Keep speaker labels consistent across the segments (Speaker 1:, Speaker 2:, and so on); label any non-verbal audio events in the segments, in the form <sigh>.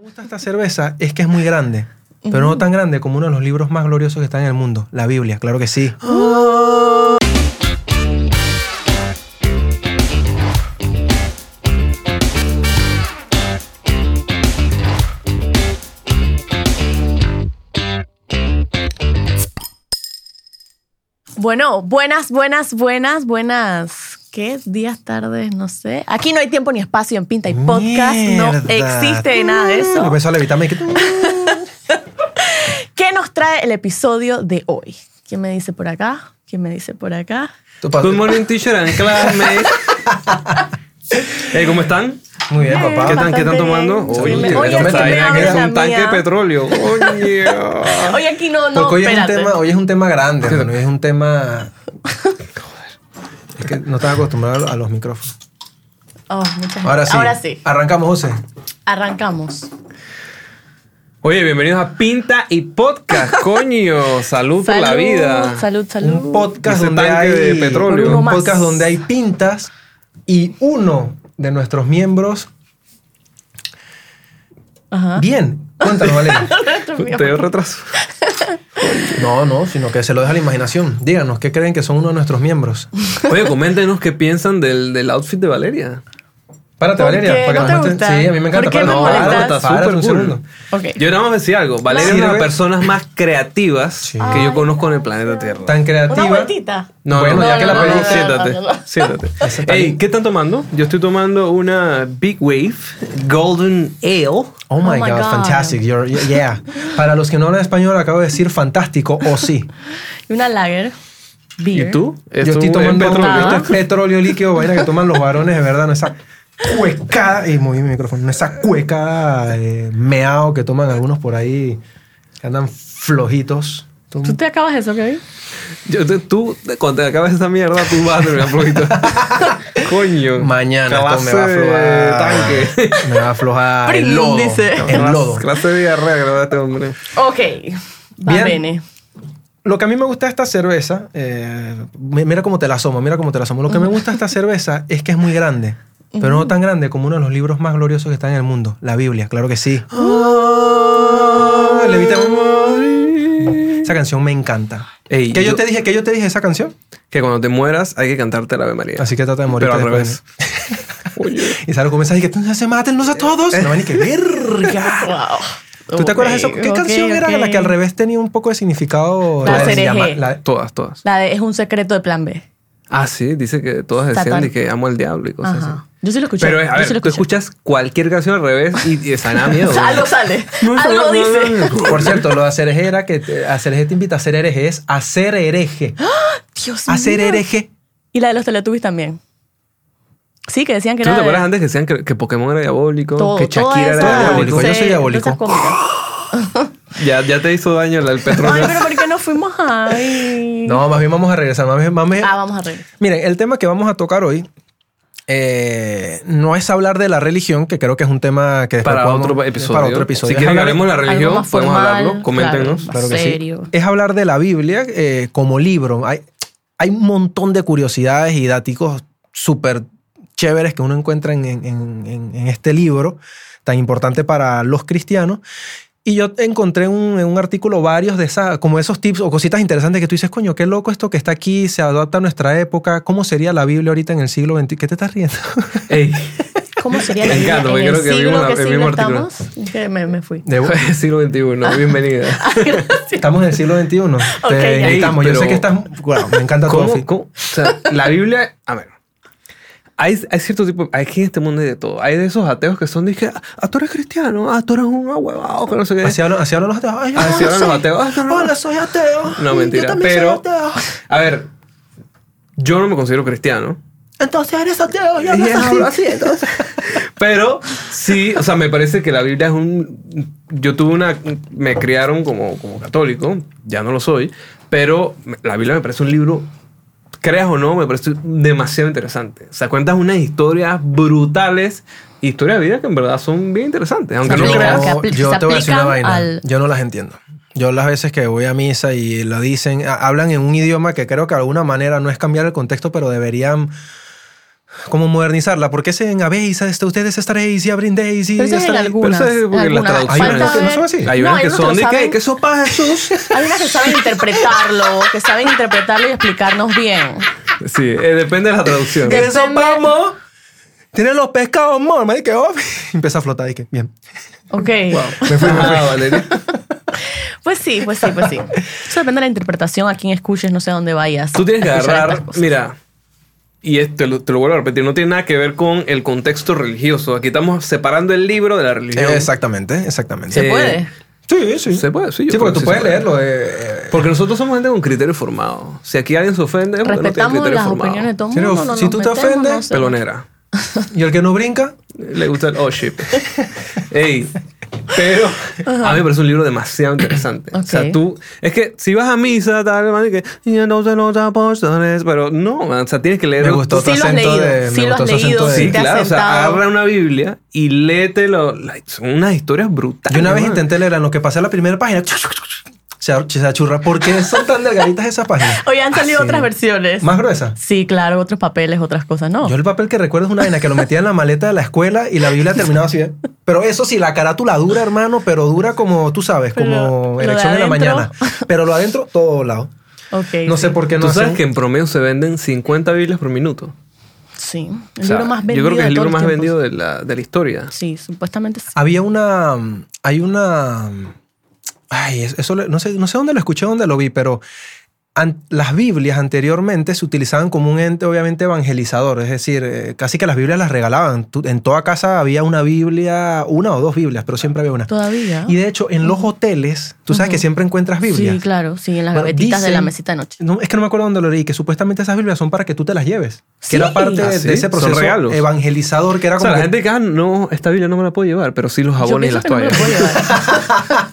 Speaker 1: gusta esta cerveza es que es muy grande, pero no tan grande como uno de los libros más gloriosos que están en el mundo, la Biblia, claro que
Speaker 2: <gasps>
Speaker 1: sí.
Speaker 2: Bueno, buenas, buenas, buenas, buenas. ¿Qué es? Días, tardes, no sé. Aquí no hay tiempo ni espacio en Pinta y Podcast. No
Speaker 1: Mierda.
Speaker 2: existe nada de
Speaker 1: Me
Speaker 2: eso.
Speaker 1: empezó a levitarme y que-
Speaker 2: ¿Qué nos trae el episodio de hoy? ¿Quién me dice por acá? ¿Quién me dice por acá?
Speaker 1: Tu papá-
Speaker 3: <laughs> Good morning, teacher and
Speaker 1: <laughs>
Speaker 3: classmates. Hey, ¿Cómo están?
Speaker 1: Muy bien, papá.
Speaker 3: ¿Qué, tan- qué
Speaker 2: Bastante
Speaker 3: están tomando?
Speaker 2: bien.
Speaker 1: Sí, me-
Speaker 3: qué
Speaker 1: oye,
Speaker 3: bueno,
Speaker 1: sí
Speaker 3: está
Speaker 1: me
Speaker 3: bien,
Speaker 1: abres
Speaker 3: es
Speaker 2: la
Speaker 3: un tanque
Speaker 2: mía.
Speaker 3: de petróleo. Oye.
Speaker 2: Hoy aquí no, no,
Speaker 1: Porque hoy es, un
Speaker 2: espérate.
Speaker 1: tema, hoy es un tema grande, hermano, hoy es un
Speaker 2: <laughs>
Speaker 1: tema... Es que no estás acostumbrado a los micrófonos.
Speaker 2: Oh, muchas
Speaker 1: Ahora sí.
Speaker 2: gracias. Ahora sí.
Speaker 1: Arrancamos, José.
Speaker 2: Arrancamos.
Speaker 3: Oye, bienvenidos a Pinta y Podcast, coño. Salud, por la vida.
Speaker 2: Salud, salud.
Speaker 1: Un
Speaker 2: <laughs>
Speaker 1: podcast
Speaker 3: Ese
Speaker 1: donde hay...
Speaker 3: tanque de petróleo.
Speaker 2: Uno
Speaker 1: Un
Speaker 2: más.
Speaker 1: podcast donde hay pintas y uno de nuestros miembros...
Speaker 2: Ajá.
Speaker 1: Bien, cuéntanos,
Speaker 2: <laughs>
Speaker 1: Valeria.
Speaker 3: Te dio retraso.
Speaker 1: No, no, sino que se lo deja a la imaginación. Díganos, ¿qué creen que son uno de nuestros miembros?
Speaker 3: Oye, coméntenos qué piensan del, del outfit de Valeria.
Speaker 1: Párate,
Speaker 2: ¿Por
Speaker 1: Valeria.
Speaker 2: qué?
Speaker 1: para que
Speaker 2: ¿No
Speaker 1: nos
Speaker 2: te
Speaker 1: muestres-
Speaker 2: gusta?
Speaker 1: Sí, a mí me encanta.
Speaker 2: ¿Por qué
Speaker 1: Párate,
Speaker 2: me
Speaker 1: párate,
Speaker 2: molesta?
Speaker 3: está
Speaker 1: párate
Speaker 3: súper
Speaker 1: un
Speaker 3: cool.
Speaker 1: segundo.
Speaker 2: Ok.
Speaker 3: Yo nada más decir algo. Valeria es una
Speaker 1: Sirve.
Speaker 3: de las personas más creativas que yo conozco en el planeta Tierra.
Speaker 1: Tan creativa.
Speaker 2: Una vueltita.
Speaker 1: No, bueno, ya que la
Speaker 2: no,
Speaker 1: pedí.
Speaker 2: no, no, no.
Speaker 3: siéntate,
Speaker 1: <laughs>
Speaker 3: siéntate.
Speaker 1: Esa está
Speaker 3: Ey,
Speaker 1: bien.
Speaker 3: ¿qué están tomando? Yo estoy tomando una Big Wave Golden Ale.
Speaker 1: Oh my,
Speaker 2: Oh my
Speaker 1: God,
Speaker 2: God.
Speaker 1: fantastic. You're, yeah. Para los que no hablan español, acabo de decir fantástico o sí.
Speaker 2: Y una lager. Beer.
Speaker 3: ¿Y tú?
Speaker 1: Yo
Speaker 3: Esto
Speaker 1: estoy
Speaker 3: es
Speaker 1: tomando
Speaker 3: petróleo.
Speaker 1: Esto es petróleo líquido, vaina que toman los varones, de verdad, no esa cueca. Y moví mi micrófono, no esa cueca eh, meao que toman algunos por ahí que andan flojitos. Tú-
Speaker 2: ¿Tú te acabas eso, Kevin?
Speaker 3: Yo te- tú, cuando te acabes esa mierda, tú vas a
Speaker 1: <laughs>
Speaker 3: terminar flojito. Coño.
Speaker 1: Mañana esto me va a
Speaker 3: Clase de
Speaker 1: aflojar. <laughs>
Speaker 3: Tanque.
Speaker 1: Me va a aflojar el
Speaker 2: Prin,
Speaker 1: lodo.
Speaker 2: dice.
Speaker 1: El
Speaker 3: Clase-
Speaker 1: lodo.
Speaker 3: Clase de diarrea, ¿verdad, este hombre?
Speaker 2: Ok. Va
Speaker 1: Bien.
Speaker 2: bene.
Speaker 1: Lo que a mí me gusta de esta cerveza, eh, mi- mira cómo te la asomo, mira cómo te la asomo. Lo que me gusta de esta cerveza es que es muy grande, pero no tan grande como uno de los libros más gloriosos que están en el mundo, la Biblia, claro que sí. Oh. Levita- Esa canción me encanta.
Speaker 3: Ey,
Speaker 1: que yo,
Speaker 3: yo-
Speaker 1: te dije, que yo te dije esa canción.
Speaker 3: Que cuando te mueras hay que cantarte la Ave María.
Speaker 1: Así que trata de morirte
Speaker 3: Pero al
Speaker 1: después,
Speaker 3: revés. <laughs> Oye.
Speaker 1: Y sale con mensaje que "Entonces se maten los a todos. No, ni que verga.
Speaker 2: Wow.
Speaker 1: ¿Tú te acuerdas de eso? ¿Qué canción era la que al revés tenía un poco de significado?
Speaker 2: La
Speaker 1: de
Speaker 2: CRG.
Speaker 1: llama- la-
Speaker 3: Todas, todas.
Speaker 2: La de es un secreto de plan B.
Speaker 3: Ah, sí, dice que todas decían
Speaker 2: Satán.
Speaker 3: de que amo al diablo y cosas así.
Speaker 2: Ajá. Yo sí lo escuché.
Speaker 3: Pero es- a
Speaker 2: yo
Speaker 3: ver,
Speaker 2: sí lo
Speaker 3: tú
Speaker 2: escuché.
Speaker 3: escuchas cualquier canción al revés y, y esa da miedo.
Speaker 2: O sea, <laughs>
Speaker 1: <laughs>
Speaker 2: algo sale. algo dice. <laughs>
Speaker 1: Por cierto, lo de hacer hereje era que te- hacer hereje te invita a hacer hereje, es hacer hereje.
Speaker 2: ¿Ah, Dios
Speaker 1: Hacer
Speaker 2: mío.
Speaker 1: hereje.
Speaker 2: Y la de los Teletubbies también. Sí, que decían que
Speaker 3: ¿Tú te
Speaker 2: era.
Speaker 3: acuerdas antes que decían que, que Pokémon era diabólico?
Speaker 2: todo,
Speaker 3: que
Speaker 2: todo
Speaker 3: Shakira
Speaker 2: eso,
Speaker 3: era
Speaker 1: todo
Speaker 3: diabólico.
Speaker 1: eso. Yo soy
Speaker 2: Sí,
Speaker 1: diabólico.
Speaker 2: entonces,
Speaker 3: <laughs>
Speaker 2: ¿cómo?
Speaker 3: Ya, ya te hizo daño el, el
Speaker 2: Ay,
Speaker 3: petróleo.
Speaker 2: pero ¿por qué no fuimos ahí?
Speaker 1: No, más bien vamos a regresar. Más bien, más bien-
Speaker 2: Ah, vamos a reír.
Speaker 1: Miren, el tema que vamos a tocar hoy eh, no es hablar de la religión, que creo que es un tema que después
Speaker 3: para
Speaker 1: podemos-
Speaker 3: otro episodio.
Speaker 1: Para otro episodio.
Speaker 3: Si
Speaker 1: Es
Speaker 3: quieren que
Speaker 1: hablar-
Speaker 3: hablemos de la religión,
Speaker 2: más
Speaker 3: podemos
Speaker 2: formal,
Speaker 3: hablarlo. Coméntenos.
Speaker 2: claro.
Speaker 1: Claro que
Speaker 2: Serio.
Speaker 1: sí. Es hablar de la Biblia eh, como libro. Hay, hay un montón de curiosidades y daticos súper chéveres que uno encuentra en, en- en- en este libro, tan importante para los cristianos. Y yo encontré un- en un artículo varios de esas, como esos tips o cositas interesantes que tú dices, coño, qué loco esto que está aquí, se adapta a nuestra época, ¿cómo sería la Biblia ahorita en el siglo XXI? ¿Qué te estás riendo?
Speaker 3: Ey,
Speaker 2: ¿Cómo sería
Speaker 3: Me
Speaker 2: la vida
Speaker 3: encanta, porque
Speaker 2: en el
Speaker 3: creo que
Speaker 2: siglo?
Speaker 3: vimos la-
Speaker 2: ¿Qué
Speaker 3: el
Speaker 2: siglo
Speaker 3: mismo artículo.
Speaker 2: estamos? Que me, me fui.
Speaker 3: <laughs>
Speaker 1: Debo-
Speaker 3: siglo
Speaker 2: Ah.
Speaker 3: XXI, bienvenida.
Speaker 2: <laughs>
Speaker 1: <laughs> Estamos en el siglo XXI.
Speaker 2: Ok,
Speaker 1: Te
Speaker 2: ya.
Speaker 1: invitamos.
Speaker 3: Ey,
Speaker 1: yo sé
Speaker 3: pero-
Speaker 1: que estás... Wow, me encanta tu
Speaker 3: ¿Cómo,
Speaker 1: outfit.
Speaker 3: cómo? O sea, la Biblia, a ver. Hay, hay cierto tipo, aquí en este mundo hay de todo. Hay de esos ateos que son, dije, ah, tú eres cristiano, ah, tú eres un ahuevado, que no sé qué.
Speaker 1: Así hablan, así hablan los ateos. Ay, yo <laughs>
Speaker 3: Así
Speaker 1: no
Speaker 2: <laughs>
Speaker 3: hablan los
Speaker 1: soy-
Speaker 3: ateos. Ah, no, no.
Speaker 1: Hola, soy ateo.
Speaker 3: No,
Speaker 1: Yo
Speaker 3: mentira,
Speaker 1: también
Speaker 3: pero-
Speaker 1: soy ateo.
Speaker 3: A ver, yo no me considero cristiano.
Speaker 1: Entonces eres ateo. Yo no
Speaker 3: Y
Speaker 1: soy
Speaker 3: hablo así, entonces. Pero sí, o sea, me parece que la Biblia es un. Yo tuve una. Me criaron como, como católico, ya no lo soy, pero me- la Biblia me parece un libro, creas o no, me parece demasiado interesante. O sea, cuentas unas historias brutales, historias de vida que en verdad son bien interesantes, aunque
Speaker 2: Se
Speaker 3: no
Speaker 2: aplican,
Speaker 3: creas.
Speaker 2: se apli-
Speaker 1: yo
Speaker 2: se
Speaker 1: te voy a decir una
Speaker 2: aplican
Speaker 1: vaina.
Speaker 2: al-
Speaker 1: Yo no las entiendo. Yo las veces que voy a misa y lo dicen, a- hablan en un idioma que creo que de alguna manera no es cambiar el contexto, pero deberían como modernizarla, porque es en abeis, ustedes estaréis y abrindéis y
Speaker 2: Pero eso es en
Speaker 1: estaréis.
Speaker 3: Pero
Speaker 2: algunas.
Speaker 3: eso es porque
Speaker 2: en
Speaker 3: las
Speaker 2: algunas.
Speaker 1: Hay unas
Speaker 3: traducciones
Speaker 2: Falta
Speaker 1: que no son
Speaker 2: ver-
Speaker 1: así.
Speaker 3: Hay unas
Speaker 2: No,
Speaker 3: que
Speaker 2: unos que
Speaker 3: son de
Speaker 2: lo
Speaker 3: que,
Speaker 2: saben.
Speaker 3: que sopa Jesús.
Speaker 2: <laughs> Hay unas que saben interpretarlo, que saben interpretarlo y explicarnos bien.
Speaker 3: <laughs> Sí, eh, depende de la traducción.
Speaker 2: De-
Speaker 1: ¿Qué sopamos? Tienen los pescados, amor. Me dije, oh. <laughs> Empieza a flotar. Dije, bien.
Speaker 2: Ok.
Speaker 1: Me fui, me fui.
Speaker 3: <laughs> Ah, Valeria.
Speaker 2: Pues sí, pues sí, pues sí. Eso depende de la interpretación, a quién escuches, no sé a dónde vayas.
Speaker 1: <laughs>
Speaker 3: Tú tienes que
Speaker 2: a escuchar
Speaker 3: agarrar,
Speaker 2: estas cosas.
Speaker 3: mira, y esto te lo, te lo vuelvo a repetir, no tiene nada que ver con el contexto religioso. Aquí estamos separando el libro de la religión.
Speaker 1: Exactamente, exactamente.
Speaker 2: ¿Se
Speaker 3: eh,
Speaker 2: puede?
Speaker 1: Sí, sí.
Speaker 3: Se puede, sí, yo
Speaker 1: Sí,
Speaker 3: creo
Speaker 1: porque tú
Speaker 3: que sí
Speaker 1: puedes
Speaker 3: se
Speaker 1: leerlo.
Speaker 3: puede.
Speaker 1: eh, eh.
Speaker 3: Porque nosotros somos gente con criterio formado. Si aquí alguien se ofende, es porque no tiene
Speaker 2: Respetamos
Speaker 3: criterio
Speaker 2: las
Speaker 3: formado.
Speaker 2: opiniones de todo
Speaker 1: Si
Speaker 2: el
Speaker 1: no-
Speaker 2: mundo. no
Speaker 1: si
Speaker 2: nos
Speaker 1: tú te
Speaker 2: metemos,
Speaker 1: ofendes,
Speaker 2: no sé.
Speaker 3: Pelonera.
Speaker 1: eh, Y el que no brinca,
Speaker 3: Le gusta el oh shit.
Speaker 2: <laughs>
Speaker 3: Ey, pero a mí me parece un libro demasiado interesante. O sea,
Speaker 2: Ok.
Speaker 3: tú, es que si vas a misa, tal, man, y que, y entonces los apóstoles, pero no, man, o sea, tienes que leer
Speaker 1: me gustó
Speaker 2: Sí
Speaker 1: tu
Speaker 2: lo has
Speaker 1: acento
Speaker 2: leído,
Speaker 1: de.
Speaker 2: sí
Speaker 1: me
Speaker 2: lo
Speaker 1: gustó
Speaker 2: has
Speaker 1: ese acento
Speaker 2: leído,
Speaker 1: de-
Speaker 2: sí
Speaker 3: Sí,
Speaker 2: te has
Speaker 3: claro, o sea,
Speaker 2: sentado.
Speaker 3: agarra una Biblia y léetelo. Like, Son unas historias brutales.
Speaker 1: Yo una vez
Speaker 3: man.
Speaker 1: intenté leer en lo que pasé a la primera página. Se, ar- se achurra. ¿Por qué son tan delgaditas esas páginas?
Speaker 2: <laughs> Oye, han salido
Speaker 3: Ah,
Speaker 1: Así.
Speaker 2: otras versiones.
Speaker 1: Más gruesas.
Speaker 2: Sí, claro, otros papeles, otras cosas, ¿no?
Speaker 1: Yo el papel que recuerdo es una vaina que lo metía en la maleta de la escuela y la Biblia terminaba así. ¿eh? Pero eso sí, la carátula dura, hermano, pero dura como, tú sabes,
Speaker 2: Pero lo
Speaker 1: como
Speaker 2: de
Speaker 1: erección en la
Speaker 2: adentro.
Speaker 1: mañana. Pero lo adentro, todo lado.
Speaker 2: Ok.
Speaker 1: No sé
Speaker 2: sí.
Speaker 1: por qué no
Speaker 3: Tú sabes
Speaker 1: hacen-
Speaker 3: que en promedio se venden 50 Biblias por minuto.
Speaker 2: Sí. El
Speaker 3: O sea,
Speaker 2: libro más
Speaker 3: yo
Speaker 2: vendido.
Speaker 3: creo que es
Speaker 2: de
Speaker 3: el libro
Speaker 2: todos los
Speaker 3: más
Speaker 2: tiempos.
Speaker 3: vendido de la, de la historia.
Speaker 2: Sí, supuestamente sí.
Speaker 1: Había una. Hay una. Ay, es- eso le- no sé, no sé dónde lo escuché, dónde lo vi, pero an- las Biblias anteriormente se utilizaban como un ente, obviamente, evangelizador. Es decir, eh, casi que las Biblias las regalaban. Tú- en toda casa había una Biblia, una o dos Biblias, pero siempre había una.
Speaker 2: Todavía.
Speaker 1: Y de hecho, en los hoteles, tú sabes que siempre encuentras Biblias.
Speaker 2: Sí, claro, sí, en las
Speaker 1: Bueno,
Speaker 2: gavetitas de la
Speaker 1: dicen-
Speaker 2: mesita de noche.
Speaker 1: No, es que no me acuerdo dónde lo leí, que supuestamente esas Biblias son para que tú te las lleves.
Speaker 2: Sí.
Speaker 1: Que era parte
Speaker 3: Ah,
Speaker 1: de-
Speaker 3: ¿sí?
Speaker 1: de ese
Speaker 3: Son
Speaker 1: proceso
Speaker 3: regalos.
Speaker 1: evangelizador, que era
Speaker 3: O
Speaker 1: como.
Speaker 3: sea, la
Speaker 1: que-
Speaker 3: gente que, ah, no, esta Biblia no me la puedo llevar, pero sí los jabones y
Speaker 2: Yo
Speaker 3: las
Speaker 2: pienso que no me
Speaker 3: toallas.
Speaker 2: lo puedo
Speaker 1: <laughs>
Speaker 2: llevar.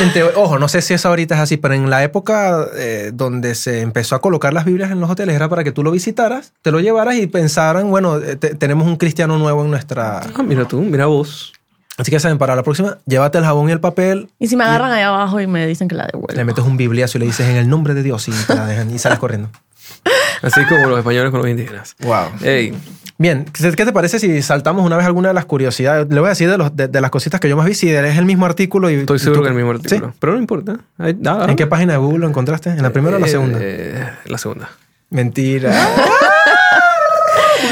Speaker 1: En teo- ojo, no sé si eso ahorita es así, pero en la época eh, donde se empezó a colocar las Biblias en los hoteles era para que tú lo visitaras, te lo llevaras y pensaran, bueno, eh, te- tenemos un cristiano nuevo en nuestra...
Speaker 3: ah, mira tú, mira vos.
Speaker 1: Así que saben, para la próxima, llévate el jabón y el papel,
Speaker 2: Y si me agarran allá abajo y me dicen que la devuelvo.
Speaker 1: le metes un bibliazo y le dices en el nombre de Dios y te la dejan y sales corriendo.
Speaker 3: Así como los españoles con los indígenas.
Speaker 1: Wow.
Speaker 3: Ey,
Speaker 1: Bien, ¿qué qué te parece si saltamos una vez alguna de las curiosidades? Le voy a decir de, los, de, de las cositas que yo más vi, si es el mismo artículo y...
Speaker 3: estoy
Speaker 1: y
Speaker 3: seguro
Speaker 1: tú-
Speaker 3: que es el mismo
Speaker 1: ¿Sí?
Speaker 3: artículo. Pero no importa. Ay, nada.
Speaker 1: ¿En qué página de Google lo encontraste? ¿En la primera o la
Speaker 3: Eh,
Speaker 1: segunda?
Speaker 3: eh, la segunda.
Speaker 1: Mentira.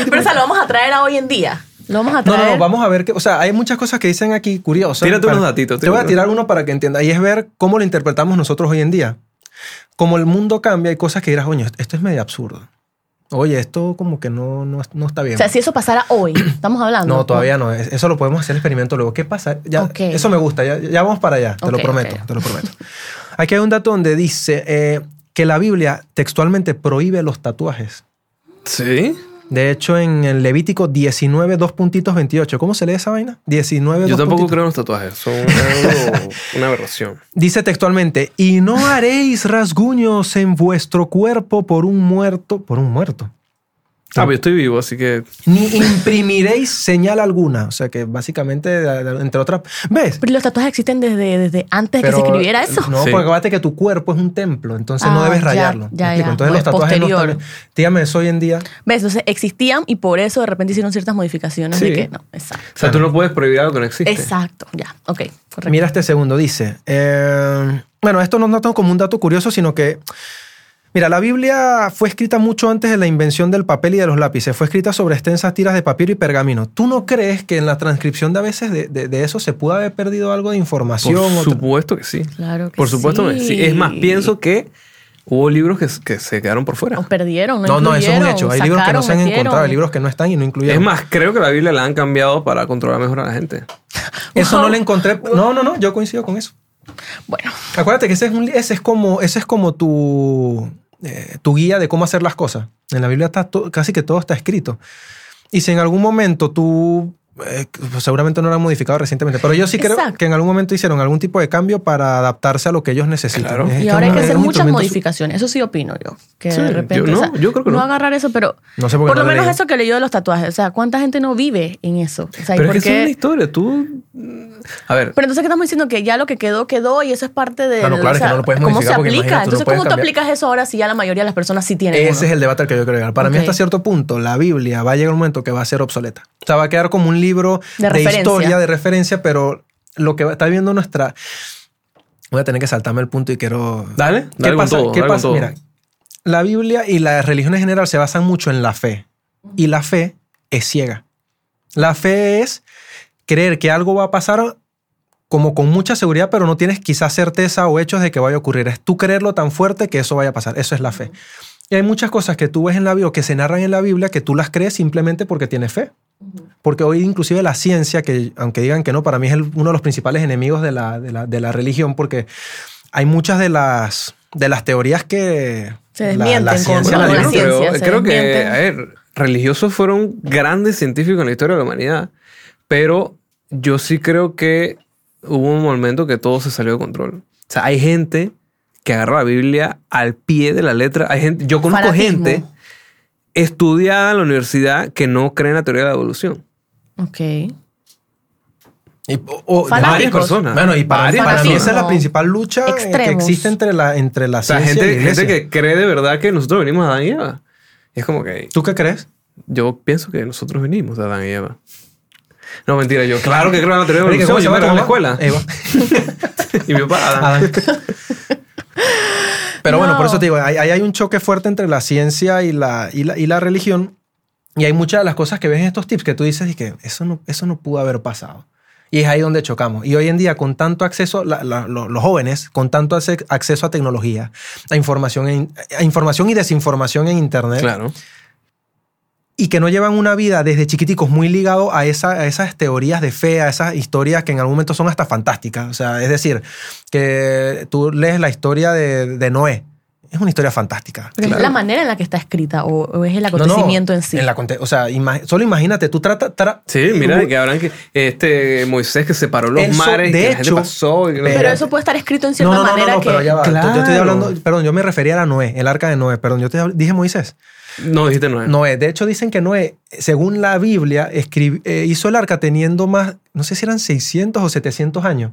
Speaker 2: Pero esa lo vamos a traer a hoy en día. Lo vamos a
Speaker 1: No,
Speaker 2: traer.
Speaker 1: no, no, vamos a ver que, o sea, hay muchas cosas que dicen aquí curiosas.
Speaker 3: Tírate
Speaker 1: Para-
Speaker 3: unos datitos,
Speaker 1: Te voy a
Speaker 3: tírate.
Speaker 1: tirar uno para que entienda y es ver cómo lo interpretamos nosotros hoy en día. Como el mundo cambia, hay cosas que dirás, coño, esto es medio absurdo. Oye, esto como que no, no, no está bien.
Speaker 2: O sea, si eso pasara hoy,
Speaker 1: <clears throat>
Speaker 2: estamos hablando.
Speaker 1: No, todavía no. Es- Eso lo podemos hacer el experimento luego. ¿Qué pasa? Ya,
Speaker 2: Ok.
Speaker 1: Eso me gusta. Ya, ya vamos para allá. Te
Speaker 2: Ok,
Speaker 1: lo prometo.
Speaker 2: ok.
Speaker 1: Te lo prometo. Aquí hay un dato donde dice eh, que la Biblia textualmente prohíbe los tatuajes.
Speaker 3: Sí.
Speaker 1: De hecho, en el Levítico 19, 2 puntitos 28. ¿Cómo se lee esa vaina? 19,
Speaker 3: Yo
Speaker 1: dos
Speaker 3: tampoco
Speaker 1: puntitos.
Speaker 3: creo en los tatuajes. Son algo- una <laughs> aberración.
Speaker 1: Dice textualmente, y no haréis rasguños en vuestro cuerpo por un muerto, por un muerto,
Speaker 3: Ah, pero yo estoy vivo, así que.
Speaker 1: ni imprimiréis señal alguna. O sea que básicamente, entre otras... ¿Ves?
Speaker 2: Pero los tatuajes existen desde, desde antes de que se
Speaker 1: Pero,
Speaker 2: escribiera eso.
Speaker 1: No,
Speaker 3: Sí.
Speaker 1: porque acuérdate que tu cuerpo es un templo, entonces no
Speaker 2: Ah,
Speaker 1: debes
Speaker 2: ya,
Speaker 1: rayarlo.
Speaker 2: ya,
Speaker 1: ¿Me explico?
Speaker 2: ya.
Speaker 1: Entonces los
Speaker 2: Pues,
Speaker 1: tatuajes no
Speaker 2: posterior.
Speaker 1: están... Dígame eso hoy en día.
Speaker 2: ¿Ves? Entonces existían y por eso de repente hicieron ciertas modificaciones
Speaker 3: Sí.
Speaker 2: de que no. Exacto.
Speaker 3: O sea, tú no puedes prohibir algo que no existe.
Speaker 2: Exacto. Ya. Ok. Correcto.
Speaker 1: Mira este segundo, dice. eh, bueno, esto no es tanto como un dato curioso, sino que. Mira, la Biblia fue escrita mucho antes de la invención del papel y de los lápices. Fue escrita sobre extensas tiras de papiro y pergamino. ¿Tú no crees que en la transcripción de a veces de, de- de eso se pudo haber perdido algo de información?
Speaker 3: Por
Speaker 1: Otra-
Speaker 3: supuesto que sí.
Speaker 2: Claro que
Speaker 3: Por supuesto que sí.
Speaker 2: sí.
Speaker 3: Es más, pienso que hubo libros que, que se quedaron por fuera.
Speaker 2: Nos perdieron.
Speaker 1: no, no, eso es un
Speaker 2: incluyeron,
Speaker 1: hecho. Hay libros que no
Speaker 2: sacaron,
Speaker 1: se han
Speaker 2: metieron.
Speaker 1: encontrado, hay libros que no están y no
Speaker 3: Es
Speaker 1: incluyeron.
Speaker 3: más, creo que la Biblia la han cambiado para controlar mejor a la gente.
Speaker 1: eso
Speaker 2: Wow.
Speaker 1: no lo encontré. No, no, no, yo coincido con eso.
Speaker 2: Bueno,
Speaker 1: Acuérdate que ese es, un, ese es como, ese es como tu, eh, tu guía de cómo hacer las cosas. En la Biblia está to- casi que todo está escrito. Y si en algún momento tú, eh, pues seguramente no lo han modificado recientemente, pero yo sí creo
Speaker 2: Exacto.
Speaker 1: que en algún momento hicieron algún tipo de cambio para adaptarse a lo que ellos necesitan.
Speaker 3: Claro.
Speaker 1: Es
Speaker 2: y
Speaker 1: que
Speaker 2: ahora hay
Speaker 1: una-
Speaker 2: que
Speaker 1: es
Speaker 2: hacer
Speaker 1: un
Speaker 2: muchas
Speaker 1: instrumento
Speaker 2: modificaciones. Eso sí opino yo. Que
Speaker 3: Sí,
Speaker 2: de
Speaker 3: yo
Speaker 2: repente.
Speaker 3: no,
Speaker 2: o sea,
Speaker 3: yo creo que no.
Speaker 2: agarrar eso, pero.
Speaker 1: No sé por qué
Speaker 2: por
Speaker 1: no lo
Speaker 2: lo
Speaker 1: he
Speaker 2: menos
Speaker 1: leído.
Speaker 2: eso que leyó de los tatuajes. O sea, ¿cuánta gente no vive en eso? O sea, ¿y
Speaker 3: Pero
Speaker 2: por
Speaker 3: es que eso es
Speaker 2: qué?
Speaker 3: una historia. Tú. mm, A ver,
Speaker 2: Pero entonces, ¿qué estamos diciendo? Que ya lo que quedó, quedó y eso es parte de.
Speaker 1: Ah, no, claro, es que no lo puedes
Speaker 2: ¿Cómo se
Speaker 1: modificar porque
Speaker 2: aplica?
Speaker 1: imagínate, tú no
Speaker 2: Entonces,
Speaker 1: puedes
Speaker 2: ¿cómo tú
Speaker 1: cambiar.
Speaker 2: aplicas eso ahora si ya la mayoría de las personas sí tienen?
Speaker 1: Ese
Speaker 2: uno?
Speaker 1: es el debate al que yo quiero llegar. Para mí,
Speaker 2: Ok.
Speaker 1: hasta cierto punto, la Biblia va a llegar un momento que va a ser obsoleta. O sea, va a quedar como un libro
Speaker 2: De
Speaker 1: de,
Speaker 2: referencia.
Speaker 1: historia, de referencia, pero lo que va- está viendo nuestra. Voy a tener que saltarme el punto y quiero.
Speaker 3: dale,
Speaker 1: ¿Qué
Speaker 3: dale
Speaker 1: pasa?
Speaker 3: con todo.
Speaker 1: ¿Qué
Speaker 3: dale con
Speaker 1: pasa?
Speaker 3: todo.
Speaker 1: Mira, la Biblia y la religión en general se basan mucho en la fe. Y la fe es ciega. La fe es creer que algo va a pasar como con mucha seguridad, pero no tienes quizás certeza o hechos de que vaya a ocurrir. Es tú creerlo tan fuerte que eso vaya a pasar. Eso es la fe. Y hay muchas cosas que tú ves en la Biblia o que se narran en la Biblia que tú las crees simplemente porque tienes fe. Porque hoy inclusive la ciencia, que aunque digan que no, para mí es el- uno de los principales enemigos de la, de la- de la religión, porque hay muchas de las, de las teorías que
Speaker 2: Se
Speaker 1: la-
Speaker 2: desmienten
Speaker 1: la,
Speaker 2: con-
Speaker 1: ciencia
Speaker 2: con
Speaker 1: la
Speaker 3: Bueno,
Speaker 2: la
Speaker 1: dio.
Speaker 3: yo no creo,
Speaker 2: ciencia, se
Speaker 3: creo que,
Speaker 2: desmienten.
Speaker 3: a ver, religiosos fueron grandes científicos en la historia de la humanidad, pero yo sí creo que hubo un momento que todo se salió de control. O sea, hay gente que agarra la Biblia al pie de la letra. Hay gente, yo conozco
Speaker 2: Fanatismo.
Speaker 3: gente estudiada en la universidad que no cree en la teoría de la evolución.
Speaker 2: Ok.
Speaker 1: Y- o- o-
Speaker 2: Fanáticos.
Speaker 1: varias personas. Bueno, y para,
Speaker 3: Varias
Speaker 1: para mí
Speaker 2: personas.
Speaker 1: esa es la principal lucha eh, que
Speaker 2: Extremos.
Speaker 1: existe entre la, entre la
Speaker 3: O sea,
Speaker 1: ciencia y la
Speaker 3: gente,
Speaker 1: iglesia.
Speaker 3: gente que cree de verdad que nosotros venimos a Adán y Eva. Y es como que
Speaker 1: ¿Tú qué crees?
Speaker 3: yo pienso que nosotros venimos de Adán y Eva. No, mentira, yo claro que creo en la teoría de la
Speaker 1: Oye,
Speaker 3: evolución.
Speaker 1: ¿cómo se
Speaker 3: Yo me
Speaker 1: llama tu
Speaker 3: gradué en la
Speaker 1: mamá?
Speaker 3: escuela. Ah.
Speaker 1: Eva.
Speaker 3: Y mi papá, Adán.
Speaker 2: <laughs>
Speaker 1: Adán. Pero bueno,
Speaker 2: No.
Speaker 1: por eso te digo, ahí hay, hay un choque fuerte entre la ciencia y la, y la, y la religión. Y hay muchas de las cosas que ves en estos tips que tú dices y que eso no, eso no pudo haber pasado. Y es ahí donde chocamos. Y hoy en día, con tanto acceso, la- la- lo- los jóvenes, con tanto ace- acceso a tecnología, a información, en- a información y desinformación en Internet,
Speaker 3: Claro.
Speaker 1: y que no llevan una vida desde chiquiticos muy ligado a, esa- a esas teorías de fe, a esas historias que en algún momento son hasta fantásticas. O sea, es decir, que tú lees la historia de, de Noé. Es una historia fantástica.
Speaker 2: Pero es
Speaker 3: Claro.
Speaker 2: la manera en la que está escrita o, o es el
Speaker 1: No, no,
Speaker 2: acontecimiento en sí.
Speaker 1: la conte- o sea, ima- solo imagínate, tú tratas...
Speaker 3: Sí, mira, que habrán que este Moisés que separó los
Speaker 1: Eso, de
Speaker 3: mares, que la gente
Speaker 1: hecho,
Speaker 3: pasó. y que no sé
Speaker 2: pero
Speaker 1: espérate.
Speaker 3: qué.
Speaker 2: eso puede estar escrito en
Speaker 1: No,
Speaker 2: cierta
Speaker 1: no, no, no,
Speaker 2: manera
Speaker 1: no,
Speaker 2: que.
Speaker 1: pero ya va.
Speaker 3: Claro.
Speaker 1: Yo estoy hablando, perdón, yo me refería a la Noé, el arca de Noé, perdón, yo te dije Moisés.
Speaker 3: No dijiste no.
Speaker 1: Noé, de hecho dicen que Noé, según la Biblia, escribi- eh, hizo el arca teniendo más, no sé si eran 600 o 700 años.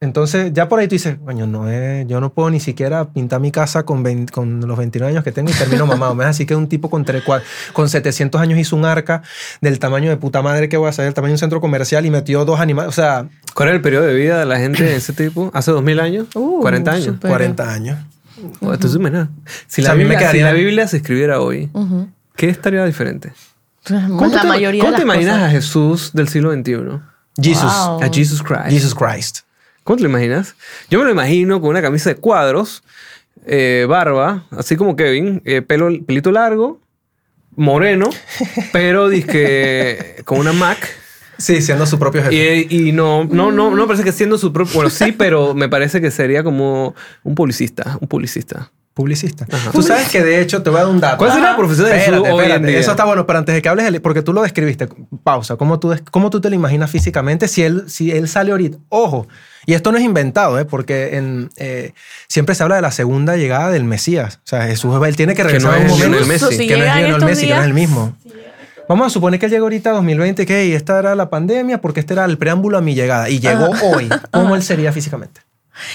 Speaker 1: Entonces, ya por ahí tú dices, coño, Noé, yo no puedo ni siquiera pintar mi casa con, vein- con los 29 años que tengo y termino mamado. ¿ves? Así que un tipo con, tre- cua- con 700 años hizo un arca del tamaño de puta madre que voy a saber, el tamaño de un centro comercial y metió dos animales, o sea,
Speaker 3: ¿Cuál era el periodo de vida de la gente de ese tipo? Hace dos mil años,
Speaker 2: Uh,
Speaker 3: 40 años. Oh,
Speaker 2: Pero-
Speaker 1: 40 años.
Speaker 3: Bueno, tú sumas nada. Si,
Speaker 1: O
Speaker 3: la
Speaker 1: sea, a mí me
Speaker 3: Biblia, si
Speaker 1: quedaría-
Speaker 3: la Biblia se escribiera hoy,
Speaker 2: Ujú.
Speaker 3: ¿qué estaría diferente?
Speaker 2: La
Speaker 3: te,
Speaker 2: mayoría
Speaker 3: ¿cómo
Speaker 2: de las
Speaker 3: te imaginas
Speaker 2: cosas.
Speaker 3: a Jesús del siglo XXI?
Speaker 1: Jesus,
Speaker 2: Wow.
Speaker 3: A Jesus Christ.
Speaker 1: Jesus Christ.
Speaker 3: ¿Cómo te lo imaginas? Yo me lo imagino con una camisa de cuadros, eh, barba, así como Kevin, eh, pelo, pelito largo,
Speaker 1: <laughs>
Speaker 3: moreno, pero dizque con una Mac.
Speaker 1: Sí, siendo su propio jefe.
Speaker 3: Y, y no, no, no, no me parece que siendo su propio. Bueno, sí, pero me parece que sería como un publicista. Un publicista.
Speaker 1: Publicista. Tú sabes que de hecho te voy a dar un dato. Ah,
Speaker 3: ¿Cuál será la profesión de
Speaker 1: Espérate,
Speaker 3: Jesús hoy en
Speaker 1: espérate.
Speaker 3: día?
Speaker 1: Eso está bueno, pero antes de que hables, de él, porque tú lo describiste, pausa. ¿Cómo tú, des- cómo tú te lo imaginas físicamente si él, si él sale ahorita? Ojo, y esto no es inventado, ¿eh? porque en, eh, siempre se habla de la segunda llegada del Mesías. O sea, Jesús él tiene Ah. que
Speaker 3: Que
Speaker 1: regresar
Speaker 3: no
Speaker 1: a un
Speaker 3: es
Speaker 1: momento
Speaker 3: Lionel Messi.
Speaker 2: Incluso si
Speaker 1: que no es
Speaker 2: llegan
Speaker 1: Lionel
Speaker 2: estos
Speaker 1: Messi, que no es
Speaker 2: días-
Speaker 1: el mismo. Vamos a suponer que él llega ahorita 2020, que "Hey, esta era la pandemia, porque este era el preámbulo a mi llegada y llegó hoy. ¿Cómo él sería físicamente?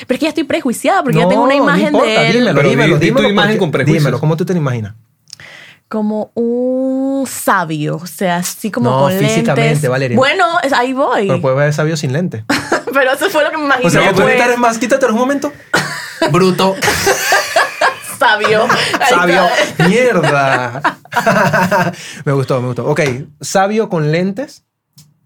Speaker 2: Pero es que ya estoy prejuiciada porque
Speaker 1: No,
Speaker 2: ya tengo una
Speaker 1: no
Speaker 2: imagen
Speaker 1: importa,
Speaker 2: de él
Speaker 1: Dímelo,
Speaker 3: Pero di-
Speaker 1: dímelo,
Speaker 3: di tu
Speaker 1: dímelo.
Speaker 3: imagen
Speaker 1: porque-
Speaker 3: con prejuicios.
Speaker 1: Dímelo, ¿cómo tú te lo imaginas?
Speaker 2: como un sabio. O sea, así como
Speaker 1: No,
Speaker 2: con
Speaker 1: físicamente,
Speaker 2: lentes.
Speaker 1: Valeria.
Speaker 2: Bueno, es- ahí voy.
Speaker 1: Pero
Speaker 2: Pero,
Speaker 1: puede haber sabio sin lente.
Speaker 2: <laughs> eso fue lo que me imaginé.
Speaker 1: O sea, que puede
Speaker 2: pues,
Speaker 1: estar en más. Quítatelo un momento. Bruto. <laughs>
Speaker 2: sabio. Ahí
Speaker 1: Sabio.
Speaker 2: está.
Speaker 1: Mierda. me gustó, me gustó. Ok, sabio con lentes.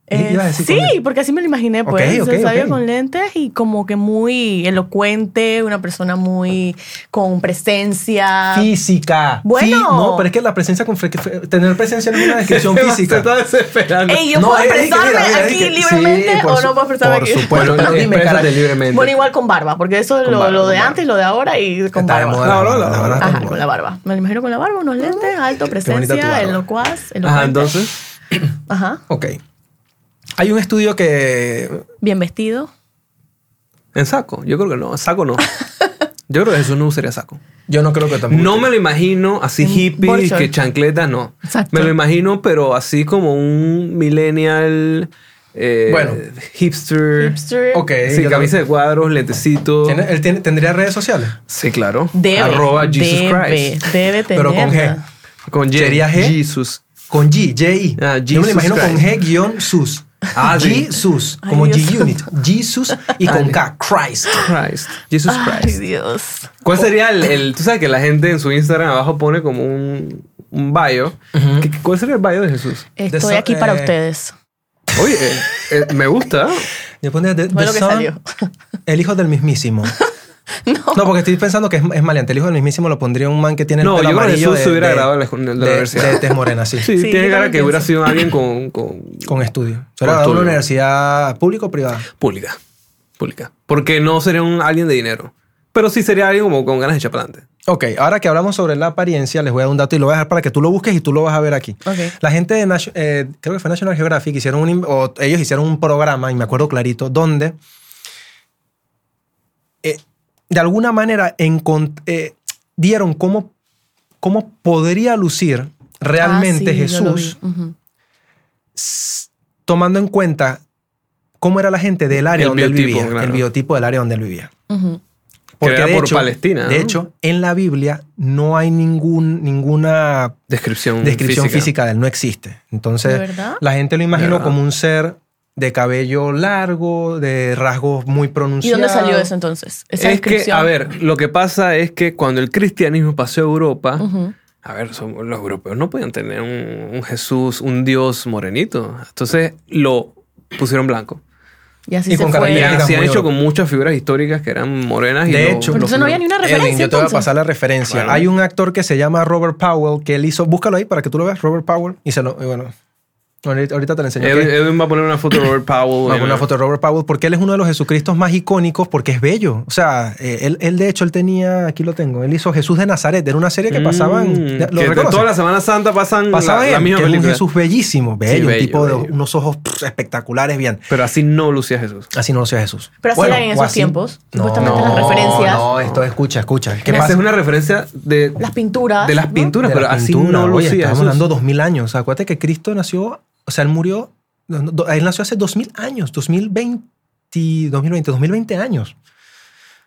Speaker 2: Eh,
Speaker 1: Ibas a decir
Speaker 2: sí,
Speaker 1: con lentes.
Speaker 2: porque así me lo imaginé, pues.
Speaker 1: Ok,
Speaker 2: O sea,
Speaker 1: ok,
Speaker 2: sabio
Speaker 1: ok.
Speaker 2: con lentes y como que muy elocuente, una persona muy con presencia.
Speaker 1: Física.
Speaker 2: Bueno.
Speaker 1: Fí- no, pero es que la presencia con fre- tener presencia no es una descripción
Speaker 3: <laughs> Se
Speaker 1: física.
Speaker 3: está desesperando.
Speaker 2: Ey, yo
Speaker 1: No,
Speaker 2: puedo
Speaker 1: es- es que mira,
Speaker 2: expresarme
Speaker 1: mira, es
Speaker 2: aquí
Speaker 1: que- sí,
Speaker 2: libremente
Speaker 1: por
Speaker 2: o
Speaker 1: su-
Speaker 2: no puedo expresarme
Speaker 1: por
Speaker 2: aquí.
Speaker 1: supuesto. Bueno,
Speaker 3: Bueno,
Speaker 1: pero dime,
Speaker 3: exprésate
Speaker 1: caray.
Speaker 3: libremente.
Speaker 2: Bueno, igual con barba, porque eso es
Speaker 1: Con
Speaker 2: lo,
Speaker 1: barba,
Speaker 2: lo
Speaker 1: con
Speaker 2: de
Speaker 1: barba.
Speaker 2: antes, lo de ahora y con
Speaker 1: Está de
Speaker 2: barba.
Speaker 1: moda.
Speaker 3: No, no, no,
Speaker 1: La verdad está de
Speaker 2: Ajá,
Speaker 1: moda.
Speaker 2: con la barba. Me lo imagino con la barba, unos lentes,
Speaker 1: bonita
Speaker 2: alto,
Speaker 1: tu
Speaker 2: presencia,
Speaker 1: barba.
Speaker 2: elocuaz, elocuente.
Speaker 3: Ajá, entonces.
Speaker 2: Ajá,
Speaker 1: Ok. Hay un estudio que
Speaker 2: bien vestido.
Speaker 3: En saco. Yo creo que no. En
Speaker 1: <laughs>
Speaker 3: saco no. Yo creo que Jesús no usaría saco.
Speaker 1: yo no creo que tampoco.
Speaker 3: No me lo imagino así
Speaker 2: En
Speaker 3: hippie,
Speaker 2: boxer.
Speaker 3: que chancleta, no.
Speaker 2: Exacto.
Speaker 3: Me lo imagino, pero así como un millennial eh,
Speaker 1: Bueno.
Speaker 3: hipster.
Speaker 2: Hipster.
Speaker 1: Ok.
Speaker 3: Sí,
Speaker 1: yo
Speaker 3: camisa de cuadros,
Speaker 1: también.
Speaker 3: lentecitos.
Speaker 1: ¿Tiene- ¿Él tiene- tendría redes sociales?
Speaker 3: Sí, claro.
Speaker 2: Debe.
Speaker 3: Arroba Jesus
Speaker 2: debe,
Speaker 3: Christ.
Speaker 2: Debe tener.
Speaker 1: Pero con G.
Speaker 3: Con J.
Speaker 1: ¿Sería G?
Speaker 3: Jesus.
Speaker 1: Con G, J-I.
Speaker 3: Ah,
Speaker 1: Yo me lo
Speaker 3: Jesus
Speaker 1: imagino con
Speaker 3: Christ.
Speaker 1: G-sus.
Speaker 3: Ah, sí.
Speaker 1: G-sus.
Speaker 2: Ay,
Speaker 1: Como
Speaker 2: Dios
Speaker 1: G-unit. Jesus y con K. Christ.
Speaker 3: Christ. Jesus
Speaker 2: Ay,
Speaker 3: Christ.
Speaker 2: Dios.
Speaker 3: ¿Cuál sería el, el- Tú sabes que la gente en su Instagram abajo pone como un, un bio. ¿Qué- qué- ¿Cuál sería el bio de Jesús?
Speaker 1: so-
Speaker 2: Estoy aquí para
Speaker 1: eh,
Speaker 2: ustedes.
Speaker 3: Oye, eh, eh,
Speaker 2: <laughs>
Speaker 3: me gusta.
Speaker 1: Le pone the-
Speaker 2: Fue
Speaker 1: the
Speaker 2: lo que
Speaker 1: son,
Speaker 2: salió.
Speaker 1: El hijo del mismísimo.
Speaker 2: <laughs> No.
Speaker 1: No, porque estoy pensando que es, es maleante. El hijo del mismísimo lo pondría un man que tiene el
Speaker 3: No,
Speaker 1: pelo
Speaker 3: yo creo que
Speaker 1: amarillo
Speaker 3: Jesús
Speaker 1: de-
Speaker 3: se hubiera
Speaker 1: de-
Speaker 3: graduado en la escu- en la
Speaker 1: de-
Speaker 3: universidad.
Speaker 1: De tez morena, sí.
Speaker 3: <laughs> Sí,
Speaker 2: Sí,
Speaker 3: tiene
Speaker 2: yo
Speaker 3: cara
Speaker 2: también
Speaker 3: que hubiera
Speaker 2: pienso.
Speaker 3: sido alguien con, con-
Speaker 1: Con estudio. Se
Speaker 3: Con
Speaker 1: lo graduó en una
Speaker 3: estudio.
Speaker 1: universidad pública o privada.
Speaker 3: pública. Pública. Porque no sería un alguien de dinero. Pero sí sería alguien como con ganas de echar para adelante.
Speaker 1: Ok, ahora que hablamos sobre la apariencia, les voy a dar un dato y lo voy a dejar para que tú lo busques y tú lo vas a ver aquí.
Speaker 2: Ok.
Speaker 1: La gente de Nation- eh, creo que fue National Geographic, hicieron un, in- o ellos hicieron un programa, y me acuerdo clarito, donde eh, de alguna manera encont- eh, dieron cómo, cómo podría lucir realmente
Speaker 2: Ah, sí, yo lo vi.
Speaker 1: Jesús,
Speaker 2: Ujú.
Speaker 1: s- tomando en cuenta cómo era la gente del área
Speaker 3: El
Speaker 1: donde él
Speaker 3: biotipo,
Speaker 1: vivía, el
Speaker 3: claro.
Speaker 1: biotipo del área donde él vivía.
Speaker 2: Ujú.
Speaker 1: Porque
Speaker 3: era
Speaker 1: de
Speaker 3: por
Speaker 1: hecho-
Speaker 3: Palestina,
Speaker 1: De
Speaker 3: ¿no?
Speaker 1: hecho, en la Biblia no hay ningún, ninguna
Speaker 3: Descripción,
Speaker 1: descripción física. de él, no existe.
Speaker 2: ¿De
Speaker 1: Entonces,
Speaker 2: verdad?
Speaker 1: la gente lo
Speaker 3: De
Speaker 1: imaginó
Speaker 3: verdad.
Speaker 1: como un ser de cabello largo, de rasgos muy
Speaker 2: ¿Y
Speaker 1: pronunciados.
Speaker 2: dónde salió eso entonces? Esa
Speaker 3: es que,
Speaker 2: descripción.
Speaker 3: a ver, lo que pasa es que cuando el cristianismo pasó a Europa,
Speaker 2: Ujú.
Speaker 3: a ver, son- los europeos no podían tener un, un Jesús, un Dios morenito. Entonces lo pusieron blanco.
Speaker 2: Y así
Speaker 1: Y
Speaker 2: se
Speaker 1: con
Speaker 2: fue.
Speaker 3: Y
Speaker 1: Carolina.
Speaker 3: se han
Speaker 1: muy
Speaker 3: hecho
Speaker 1: oro.
Speaker 3: con muchas figuras históricas que eran morenas. y
Speaker 1: De
Speaker 3: lo-
Speaker 1: hecho,
Speaker 3: lo-
Speaker 2: Por eso no había ni una referencia.
Speaker 1: Edwin, yo te voy a
Speaker 2: entonces.
Speaker 1: pasar la referencia.
Speaker 3: Bueno.
Speaker 1: Hay un actor que se llama Robert Powell que él hizo, búscalo ahí para que tú lo veas, Robert Powell, y se lo, y bueno, ahorita, ahorita te lo enseño.
Speaker 3: Edwin,
Speaker 1: ¿ok?
Speaker 3: Edwin va a poner una foto de Robert Powell.
Speaker 1: Vamos,
Speaker 3: en
Speaker 1: una
Speaker 3: la-
Speaker 1: foto de Robert Powell, porque él es uno de los Jesucristos más icónicos, porque es bello. O sea, eh, él, él, de hecho, él tenía, aquí lo tengo, él hizo Jesús de Nazaret, era una serie que pasaban,
Speaker 3: Mm,
Speaker 1: ¿lo
Speaker 3: que
Speaker 1: reconoces?
Speaker 3: toda la Semana Santa pasan
Speaker 1: Pasaba
Speaker 3: Mm. la,
Speaker 1: él,
Speaker 3: la misma
Speaker 1: que era un
Speaker 3: película.
Speaker 1: Jesús bellísimo, bello, un
Speaker 3: bello,
Speaker 1: tipo de
Speaker 3: bello.
Speaker 1: unos ojos pff, espectaculares, bien.
Speaker 3: Pero así no lucía Jesús.
Speaker 1: Así no lo sea Jesús.
Speaker 2: Pero así
Speaker 1: Bueno,
Speaker 2: eran en
Speaker 1: o
Speaker 2: esos
Speaker 1: así-
Speaker 2: tiempos.
Speaker 1: No,
Speaker 2: Supuestamente las referencias,
Speaker 1: No, esto escucha, escucha. ¿Qué
Speaker 3: Esa
Speaker 1: pasa?
Speaker 3: es una referencia de,
Speaker 2: las pinturas.
Speaker 3: de las
Speaker 2: ¿no?
Speaker 3: pinturas,
Speaker 1: De
Speaker 3: pero
Speaker 1: la
Speaker 3: así
Speaker 1: pintura,
Speaker 3: no
Speaker 1: oye,
Speaker 3: lucía
Speaker 1: estamos
Speaker 3: Jesús.
Speaker 1: hablando dos mil años. O sea, acuérdate que Cristo nació, o sea, él murió, no, no, do- él nació hace dos mil años, 2020, 2020, 2020 años.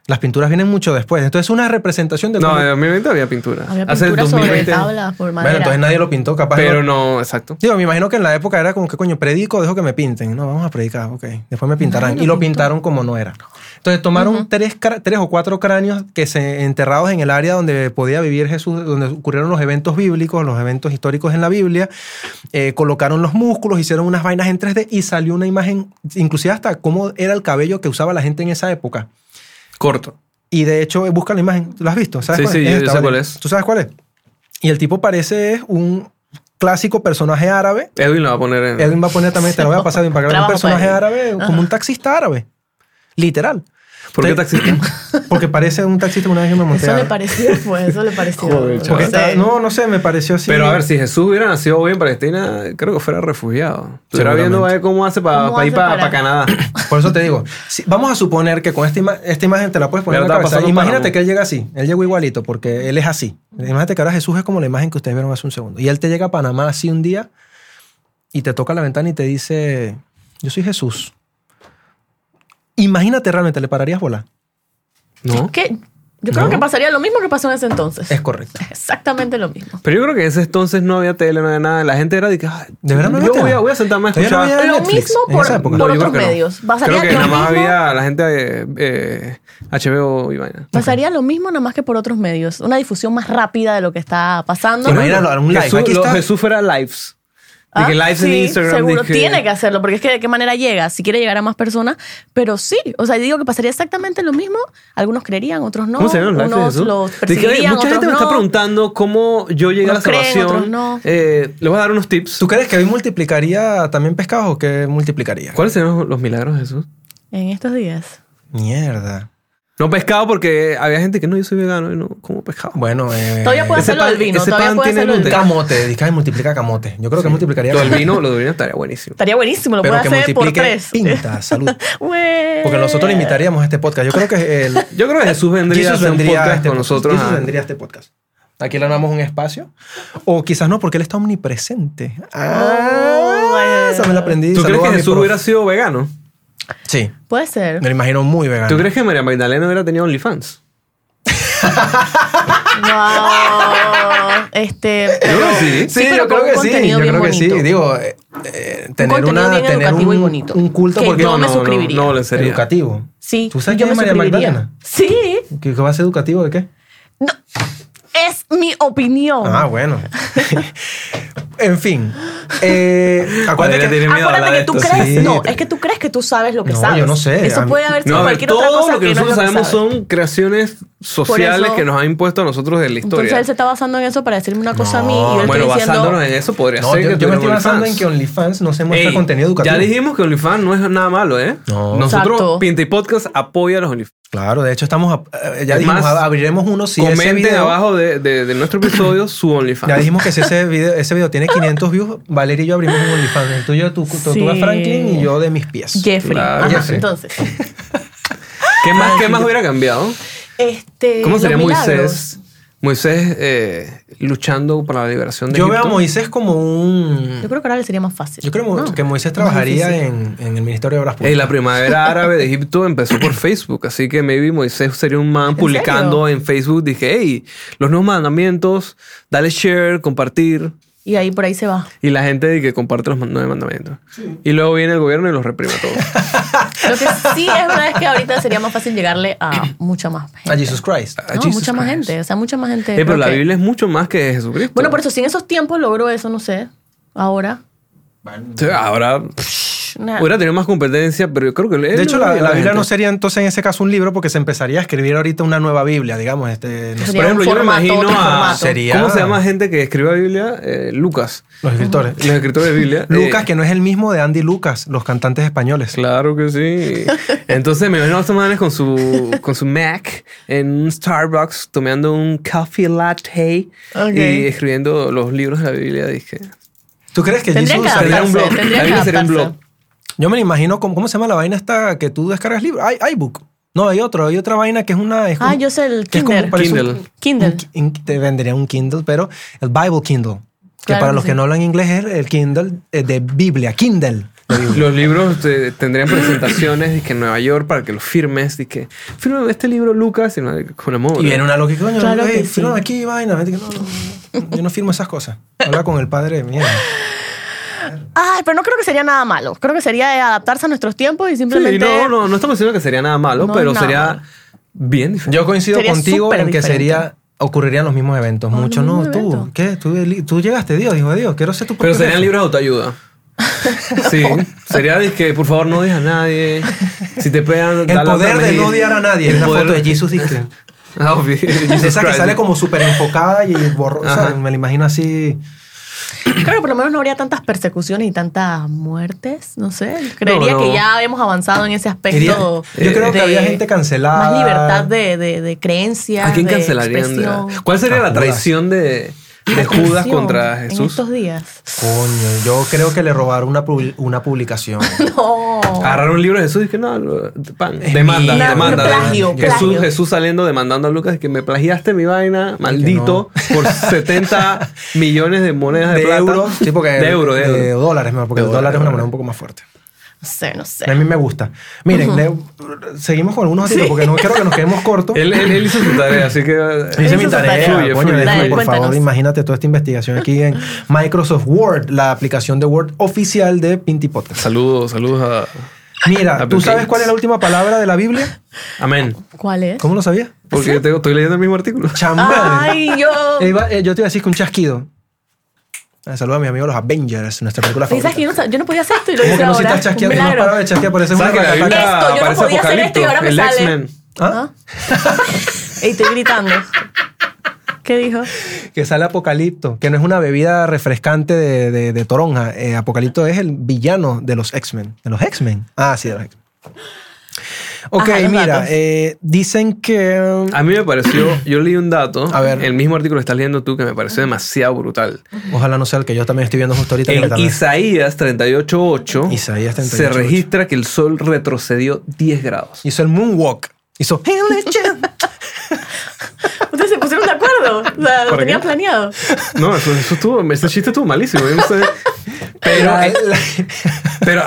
Speaker 1: Las pinturas vienen mucho después. Entonces, es una representación de.
Speaker 3: No, eh,
Speaker 1: cómo-
Speaker 3: en 2020 había pintura.
Speaker 2: Había
Speaker 3: Hace
Speaker 2: pinturas sobre
Speaker 3: 2020.
Speaker 2: tablas por madera.
Speaker 1: bueno, entonces nadie lo pintó, capaz.
Speaker 3: Pero
Speaker 1: no-
Speaker 3: no, exacto.
Speaker 1: Digo, me imagino que en la época era como que coño, predico, dejo que me pinten. No, vamos a predicar, ok. Después me pintarán.
Speaker 2: Nadie lo
Speaker 1: y lo
Speaker 2: pintó.
Speaker 1: pintaron como no era. Entonces tomaron tres, cra- tres o cuatro cráneos que se enterrados en el área donde podía vivir Jesús, donde ocurrieron los eventos bíblicos, los eventos históricos en la Biblia, eh, colocaron los músculos, hicieron unas vainas en 3D y salió una imagen, inclusive hasta cómo era el cabello que usaba la gente en esa época.
Speaker 3: Corto.
Speaker 1: Y de hecho, eh, busca la imagen. ¿Lo has visto? ¿Sabes
Speaker 3: Sí,
Speaker 1: cuál
Speaker 3: sí,
Speaker 1: es?
Speaker 3: yo- yo
Speaker 1: esta,
Speaker 3: sé
Speaker 1: ¿vale?
Speaker 3: cuál es.
Speaker 1: ¿Tú sabes cuál es? Y el tipo parece es un clásico personaje árabe
Speaker 3: Edwin lo va a poner en.
Speaker 1: Edwin va a poner también, te lo voy a pasar bien para que veas un
Speaker 2: Trabajo para
Speaker 1: personaje
Speaker 2: él.
Speaker 1: árabe como un taxista árabe. Literal.
Speaker 3: ¿Por qué
Speaker 1: Entonces- <laughs>
Speaker 3: taxista?
Speaker 1: Porque parece un taxista una vez que me monté.
Speaker 2: Eso le
Speaker 1: árabe.
Speaker 2: pareció, pues, eso le
Speaker 1: <laughs>
Speaker 2: pareció.
Speaker 3: Joder, chaval.
Speaker 1: Porque
Speaker 2: No sé.
Speaker 1: está- no, no sé, me pareció así.
Speaker 3: Pero a ver, si Jesús hubiera nacido hoy en Palestina, creo que fuera refugiado. Estuviera
Speaker 1: Seguramente.
Speaker 3: viendo a ver cómo hace para
Speaker 2: ¿Cómo
Speaker 3: ir
Speaker 2: hace
Speaker 3: para,
Speaker 2: para-
Speaker 3: Canadá.
Speaker 1: <clears throat> Por eso te digo, si- vamos a suponer que con esta, ima- esta imagen te la puedes poner
Speaker 3: Pero
Speaker 1: en la
Speaker 3: está
Speaker 1: cabeza.
Speaker 3: pasando
Speaker 1: Imagínate
Speaker 3: Panamá.
Speaker 1: que él llega así, él llegó igualito, porque él es así. Imagínate que ahora Jesús es como la imagen que ustedes vieron hace un segundo. Y él te llega a Panamá así un día y te toca la ventana y te dice, yo soy Jesús. Imagínate realmente, ¿le pararías bola?
Speaker 3: No.
Speaker 2: ¿Qué? Yo creo
Speaker 1: No.
Speaker 2: que pasaría lo mismo que pasó en ese entonces.
Speaker 1: Es correcto.
Speaker 2: Exactamente lo mismo.
Speaker 3: Pero yo creo que en ese entonces no había tele, no había nada. La gente era de que. "Ay,
Speaker 1: ¿De verdad no había
Speaker 3: Yo
Speaker 1: tele?
Speaker 3: voy a, voy a sentarme a
Speaker 1: Yo no
Speaker 3: escuchar.
Speaker 1: había- Era
Speaker 2: Lo
Speaker 1: Netflix,
Speaker 2: mismo
Speaker 1: en
Speaker 2: por,
Speaker 1: esa época.
Speaker 2: por
Speaker 3: No, yo
Speaker 2: otros
Speaker 3: creo que no.
Speaker 2: medios. Pasaría
Speaker 3: Creo que
Speaker 2: lo
Speaker 3: nada más
Speaker 2: mismo-
Speaker 3: había la gente de eh, HBO y vaina.
Speaker 2: Pasaría lo mismo nada más que por otros medios. Una difusión más rápida de lo que está pasando.
Speaker 1: Imagínalo, un live.
Speaker 3: Jesús,
Speaker 1: Aquí
Speaker 3: lo-
Speaker 1: está.
Speaker 3: Jesús fuera lives. De
Speaker 2: Ah,
Speaker 3: que lives en
Speaker 2: sí,
Speaker 3: Instagram.
Speaker 2: Seguro
Speaker 3: de que-
Speaker 2: tiene que hacerlo, porque es que de qué manera llega, si quiere llegar a más personas. Pero sí, o sea, yo digo que pasaría exactamente lo mismo. Algunos creerían, otros no.
Speaker 3: ¿Cómo se llaman los lives de
Speaker 2: Unos
Speaker 3: Jesús?
Speaker 2: los
Speaker 3: De que, oye,
Speaker 2: perseguirían,
Speaker 3: mucha gente
Speaker 2: otros
Speaker 3: me está
Speaker 2: no.
Speaker 3: preguntando cómo yo llegué a la
Speaker 2: Unos creen,
Speaker 3: salvación.
Speaker 2: otros no.
Speaker 3: Eh, les voy a dar unos tips.
Speaker 1: ¿Tú crees que hoy multiplicaría también pescados o qué multiplicaría?
Speaker 3: ¿Cuáles serían los milagros de Jesús?
Speaker 2: En estos días.
Speaker 1: Mierda.
Speaker 3: No pescado porque había gente que no, yo soy vegano y no como pescado.
Speaker 1: Bueno, eh,
Speaker 2: Todavía puede
Speaker 3: ese
Speaker 2: hacerlo
Speaker 3: pan-
Speaker 2: del vino.
Speaker 3: ese
Speaker 2: Todavía
Speaker 3: pan
Speaker 2: puede
Speaker 3: tiene
Speaker 2: hacerlo del
Speaker 3: gluten.
Speaker 2: vino.
Speaker 1: camote. Dice que multiplica camote. Yo creo que multiplicaría
Speaker 3: Lo del
Speaker 1: camote,
Speaker 3: vino, lo del vino estaría buenísimo.
Speaker 2: Estaría buenísimo, lo
Speaker 1: pero que
Speaker 2: puede hacer por
Speaker 1: multiplique
Speaker 2: tres. <laughs> Eh.
Speaker 1: pinta, salud.
Speaker 2: Güey.
Speaker 1: Porque nosotros limitaríamos este podcast. Yo creo que el
Speaker 3: <laughs> Yo creo que Jesús vendría a
Speaker 1: Eh, Jesús
Speaker 3: hacer un
Speaker 1: vendría a
Speaker 3: podcast
Speaker 1: este
Speaker 3: con
Speaker 1: podcast.
Speaker 3: nosotros.
Speaker 1: Jesús
Speaker 3: a-
Speaker 1: vendría a este podcast. Aquí le damos un espacio. O quizás no, porque él está omnipresente.
Speaker 2: Oh, my
Speaker 1: Esa Ah, me la aprendí.
Speaker 3: ¿Tú crees
Speaker 1: Saludos
Speaker 3: que
Speaker 1: a mi
Speaker 3: Jesús
Speaker 1: profe.
Speaker 3: hubiera sido vegano?
Speaker 1: Sí,
Speaker 2: Puede ser.
Speaker 1: me lo imagino muy vegano.
Speaker 3: ¿Tú crees que María Magdalena hubiera tenido OnlyFans?
Speaker 2: No. Este.
Speaker 3: Yo creo que sí.
Speaker 1: Sí,
Speaker 2: pero
Speaker 1: yo creo
Speaker 2: con
Speaker 1: que
Speaker 2: un
Speaker 1: sí.
Speaker 2: contenido
Speaker 1: Yo
Speaker 2: bien
Speaker 1: creo que sí.
Speaker 2: bonito.
Speaker 1: Digo, eh, eh, tener,
Speaker 2: contenido
Speaker 1: una,
Speaker 2: bien
Speaker 1: tener
Speaker 2: educativo y
Speaker 1: un,
Speaker 2: bonito.
Speaker 1: un culto
Speaker 2: Que
Speaker 1: porque
Speaker 2: yo me suscribiría.
Speaker 3: No, no, en serio.
Speaker 1: educativo.
Speaker 2: Sí.
Speaker 1: ¿Tú sabes
Speaker 2: yo
Speaker 1: quién es
Speaker 2: me
Speaker 1: María
Speaker 2: suscribiría.
Speaker 1: Magdalena?
Speaker 2: Sí.
Speaker 1: ¿Que que va a ser educativo de qué?
Speaker 2: No. Es mi opinión.
Speaker 1: Ah,
Speaker 2: <laughs>
Speaker 1: bueno. en fin. Eh, acuérdate
Speaker 3: Valeria
Speaker 1: que-
Speaker 3: tiene miedo a
Speaker 2: Acuérdate
Speaker 3: hablar
Speaker 2: que
Speaker 3: de
Speaker 2: tú
Speaker 3: esto,
Speaker 2: crees,
Speaker 1: sí.
Speaker 2: no, es que tú crees que tú sabes lo que
Speaker 1: No,
Speaker 2: sabes.
Speaker 1: yo no sé. A
Speaker 2: Eso
Speaker 1: mí-
Speaker 2: puede haber sido
Speaker 3: No, a ver,
Speaker 2: cualquier otra
Speaker 3: todo
Speaker 2: cosa
Speaker 3: lo que
Speaker 2: no es
Speaker 3: nosotros
Speaker 2: lo
Speaker 3: sabemos
Speaker 2: sabes.
Speaker 3: son creaciones sociales
Speaker 2: eso-
Speaker 3: que nos han impuesto a nosotros de la historia. Ah,
Speaker 2: Entonces él se está basando en eso para decirme una cosa a mí y yo le
Speaker 3: bueno,
Speaker 2: estoy diciendo.
Speaker 3: basándonos en eso podría
Speaker 1: No,
Speaker 3: ser
Speaker 1: yo,
Speaker 3: que
Speaker 1: yo me estoy
Speaker 3: tuviera
Speaker 1: basando
Speaker 3: OnlyFans.
Speaker 1: en que OnlyFans no se muestra
Speaker 3: Ey,
Speaker 1: contenido educativo.
Speaker 3: Ya dijimos que OnlyFans no es nada malo, ¿eh?
Speaker 1: No.
Speaker 3: Nosotros,
Speaker 2: Exacto.
Speaker 3: Pinta y Podcast apoya a los OnlyFans.
Speaker 1: Claro, de hecho estamos a- eh, ya
Speaker 3: Es
Speaker 1: dijimos,
Speaker 3: más,
Speaker 1: ab- abriremos uno si ese
Speaker 3: Comenten
Speaker 1: video,
Speaker 3: abajo de, de- de nuestro episodio su OnlyFans.
Speaker 1: Ya dijimos que si ese video, ese video tiene 500 views, Valeria y yo abrimos un OnlyFans. El tuyo, tu, tu, tú a
Speaker 2: Sí.
Speaker 1: Franklin y yo de mis pies.
Speaker 2: Jeffrey.
Speaker 3: Claro,
Speaker 2: Ajá,
Speaker 1: Jeffrey.
Speaker 2: Entonces,
Speaker 3: ¿Qué más, qué más hubiera cambiado?
Speaker 2: este.
Speaker 3: ¿Cómo
Speaker 2: los
Speaker 3: sería
Speaker 2: milagros.
Speaker 3: Moisés? Moisés eh, luchando para la liberación de
Speaker 1: Yo veo
Speaker 3: Egipto.
Speaker 1: a Moisés como un...
Speaker 2: Yo creo que ahora le sería más fácil.
Speaker 1: Yo creo
Speaker 2: No.
Speaker 1: que Moisés
Speaker 2: Más
Speaker 1: trabajaría
Speaker 2: difícil.
Speaker 1: en, en el Ministerio de Obras Públicas.
Speaker 3: Ey, Eh, la primavera árabe de Egipto
Speaker 2: <coughs>
Speaker 3: empezó por Facebook, así que maybe Moisés sería un man publicando en Facebook. Dije, hey, los nuevos mandamientos, dale share, compartir.
Speaker 2: Y ahí por ahí se va.
Speaker 3: Y la gente de que comparte los man- nueve mandamientos. Y luego viene el gobierno y los reprime
Speaker 2: <laughs>
Speaker 3: a todos.
Speaker 2: Lo que sí es verdad es que ahorita sería más fácil llegarle a mucha más gente.
Speaker 1: A Jesus Christ.
Speaker 3: a
Speaker 2: No,
Speaker 3: Jesus
Speaker 2: mucha más
Speaker 3: Christ.
Speaker 2: gente. O sea, mucha más gente.
Speaker 3: Ey, Eh, pero
Speaker 2: creo
Speaker 3: la
Speaker 2: que-
Speaker 3: Biblia es mucho más que Jesucristo.
Speaker 2: Bueno, por eso, si en esos tiempos logró eso, no sé. Ahora.
Speaker 3: O sea, ahora pff,
Speaker 2: nada.
Speaker 3: hubiera tenido más competencia, pero yo creo que...
Speaker 1: De hecho, la, la Biblia no sería entonces en ese caso un libro porque se empezaría a escribir ahorita una nueva Biblia, digamos. Este, no sé,
Speaker 2: Sería
Speaker 3: Por ejemplo,
Speaker 2: un
Speaker 3: yo me
Speaker 2: formato,
Speaker 3: imagino
Speaker 2: otro
Speaker 3: a...
Speaker 2: formato.
Speaker 1: Sería-
Speaker 3: ¿Cómo se llama gente que escribe la Biblia? Eh, Lucas.
Speaker 1: los escritores.
Speaker 3: Los escritores de Biblia.
Speaker 1: Lucas,
Speaker 3: Eh,
Speaker 1: que no es el mismo de Andy Lucas, los cantantes españoles.
Speaker 3: Claro que sí.
Speaker 2: <laughs>
Speaker 3: Entonces me imagino a estos manes con su, con su Mac en un Starbucks tomando un coffee latte
Speaker 2: Ok.
Speaker 3: y escribiendo los libros de la Biblia. Dije,
Speaker 1: ¿Tú crees que
Speaker 2: Tendría
Speaker 1: Jesus
Speaker 2: que
Speaker 1: sería un
Speaker 2: adaptarse,
Speaker 1: blog?
Speaker 2: tendría
Speaker 3: La
Speaker 2: que
Speaker 3: Biblia sería un
Speaker 2: adaptarse.
Speaker 3: blog.
Speaker 1: Yo me lo imagino como, ¿cómo se llama la vaina esta que tú descargas libros? Hay iBook. No, hay otro, hay otra vaina que es una. es
Speaker 2: Ah,
Speaker 1: como-
Speaker 2: yo sé el
Speaker 1: que es como-
Speaker 2: Kindle.
Speaker 1: parece un-
Speaker 3: Kindle.
Speaker 2: Kindle.
Speaker 1: un ki- un- te vendería un Kindle, pero el Bible Kindle. Que
Speaker 2: Claro
Speaker 1: para
Speaker 2: que
Speaker 1: los que
Speaker 2: sí.
Speaker 1: no hablan inglés es el Kindle eh, de Biblia, Kindle.
Speaker 3: Los libros te- tendrían presentaciones dije, en Nueva York para que los firmes. Dije, firma este libro, Lucas, y no, con amor.
Speaker 1: Y viene una lógica, coño,
Speaker 2: Claro
Speaker 1: eh,
Speaker 2: que sí.
Speaker 1: firma aquí, vaina. vente que no, no, yo no firmo esas cosas. Habla con el padre, mierda.
Speaker 2: Ay, Ah, pero no creo que sería nada malo. Creo que sería eh, adaptarse a nuestros tiempos y
Speaker 3: Sí,
Speaker 2: simplemente.
Speaker 3: no, no, no estamos diciendo que sería nada malo,
Speaker 2: No es
Speaker 3: pero
Speaker 2: nada
Speaker 3: sería
Speaker 2: malo.
Speaker 3: bien diferente.
Speaker 1: Yo coincido
Speaker 2: Sería
Speaker 1: contigo
Speaker 2: súper
Speaker 1: en que
Speaker 2: diferente.
Speaker 1: sería ocurrirían los mismos eventos.
Speaker 2: los
Speaker 1: Mucho no,
Speaker 2: mismos
Speaker 1: tú,
Speaker 2: eventos.
Speaker 1: ¿qué? Tú, tú llegaste, Dios, hijo de Dios, quiero ser tu
Speaker 3: Pero
Speaker 1: propio
Speaker 3: serían
Speaker 1: jefe.
Speaker 3: libros de autoayuda. Sí, sería que por favor no dejes a nadie. Si te pegan,
Speaker 1: El poder de no odiar a nadie. Es una foto de Jesus Disque.
Speaker 3: Ah, obvio. Jesus <laughs>
Speaker 1: Esa que
Speaker 3: Christ.
Speaker 1: sale como súper enfocada y borrosa.
Speaker 3: Ajá.
Speaker 1: Me la imagino así.
Speaker 2: Creo que por lo menos no habría tantas persecuciones y tantas muertes. No sé. Creería
Speaker 3: no.
Speaker 2: que ya habíamos avanzado en ese aspecto.
Speaker 1: Iría- yo creo que
Speaker 2: de
Speaker 1: había gente cancelada.
Speaker 2: Más libertad de, de, de creencias.
Speaker 3: ¿A quién
Speaker 2: de
Speaker 3: cancelarían? de-
Speaker 2: expresión.
Speaker 3: ¿Cuál sería
Speaker 1: A
Speaker 3: la
Speaker 1: Judas.
Speaker 3: traición de, de
Speaker 2: La
Speaker 3: Judas
Speaker 2: traición
Speaker 3: contra
Speaker 2: En
Speaker 3: Jesús?
Speaker 1: <laughs>
Speaker 2: estos días.
Speaker 1: Coño, yo creo que le robaron una, pub- una publicación.
Speaker 2: No.
Speaker 1: Ah.
Speaker 3: Agarrar un libro de Jesús y que no, lo- pan,
Speaker 1: Es
Speaker 3: demanda,
Speaker 1: mío.
Speaker 3: demanda.
Speaker 1: No, plagio,
Speaker 3: Jesús,
Speaker 2: plagio.
Speaker 3: Jesús saliendo demandando a Lucas que me plagiaste mi vaina, maldito,
Speaker 1: <laughs>
Speaker 3: por 70 millones de monedas <laughs> de,
Speaker 1: De
Speaker 3: plata.
Speaker 1: euros. Sí, porque
Speaker 3: de euros, de euros.
Speaker 1: de dólares, mejor, porque
Speaker 3: De
Speaker 1: el dólar
Speaker 3: dólares,
Speaker 1: es una
Speaker 3: dólares.
Speaker 1: moneda un poco más fuerte.
Speaker 2: No sé, no sé.
Speaker 1: A mí me gusta. Miren, le- seguimos con algunos títulos porque no quiero que nos quedemos cortos.
Speaker 3: Él, él- él hizo su tarea, así que. eh,
Speaker 1: Hice
Speaker 2: Eso
Speaker 1: mi
Speaker 2: es
Speaker 1: tarea,
Speaker 2: tarea. Fluye,
Speaker 1: coño,
Speaker 2: fluye.
Speaker 1: déjame,
Speaker 2: Dale,
Speaker 1: por favor,
Speaker 2: cuéntanos.
Speaker 1: imagínate toda esta investigación aquí en Microsoft Word, la aplicación de Word oficial de Pinti Podcast.
Speaker 3: Saludos, saludos
Speaker 1: Mira,
Speaker 3: Apple
Speaker 1: ¿tú sabes
Speaker 3: Gates.
Speaker 1: cuál es la última palabra de la Biblia?
Speaker 3: a. Amén.
Speaker 2: ¿Cuál es?
Speaker 1: ¿Cómo lo sabías?
Speaker 3: Porque yo tengo- estoy leyendo el mismo artículo.
Speaker 1: Chambal.
Speaker 2: Ay, yo.
Speaker 1: eh, yo te iba a decir que un chasquido. Eh, Saluda a mis amigos los Avengers, nuestra película
Speaker 2: Pensás que
Speaker 1: favorita.
Speaker 2: yo no, sab- yo no podía hacer esto y lo
Speaker 1: ¿Cómo
Speaker 2: hice
Speaker 1: que no si
Speaker 2: ahora.
Speaker 1: estás
Speaker 2: Un
Speaker 1: chasqueando? No has
Speaker 2: milagro.
Speaker 1: parado de chasquear, por eso es una
Speaker 3: ¿Sabes que la
Speaker 1: racataca.
Speaker 2: Biblia- Esto, yo no
Speaker 3: parece
Speaker 2: podía hacer esto y ahora me
Speaker 3: el
Speaker 2: sale.
Speaker 3: X-Men.
Speaker 1: <laughs> ¿Ah?
Speaker 2: Ey, estoy gritando. ¿Qué dijo?
Speaker 1: Que sale Apocalipto, que no es una bebida refrescante de, de- de toronja. Eh, Apocalipto es el villano de los X-Men. ¿De los X-Men? Ah, sí, de los X-Men. Ok,
Speaker 2: Ajá, los
Speaker 1: mira,
Speaker 2: datos.
Speaker 1: eh, dicen que...
Speaker 3: A mí me pareció, yo leí un dato,
Speaker 1: A ver.
Speaker 3: el mismo artículo que estás leyendo tú, que me pareció demasiado brutal.
Speaker 1: Ojalá no sea el que yo también estoy viendo justo ahorita. que me
Speaker 3: En
Speaker 1: tardé.
Speaker 3: Isaías 38.8
Speaker 1: Isaías 38:8.
Speaker 3: se registra que el sol retrocedió
Speaker 2: <laughs>
Speaker 3: 10 grados.
Speaker 1: Hizo el moonwalk. Hizo...
Speaker 2: Ustedes se pusieron de acuerdo. O sea, lo
Speaker 3: ¿Para
Speaker 2: tenían
Speaker 3: qué?
Speaker 2: planeado. <laughs>
Speaker 3: No, eso, eso estuvo, ese chiste estuvo malísimo. yo no sé. Pero,
Speaker 1: La-
Speaker 3: eh,
Speaker 1: la-
Speaker 3: pero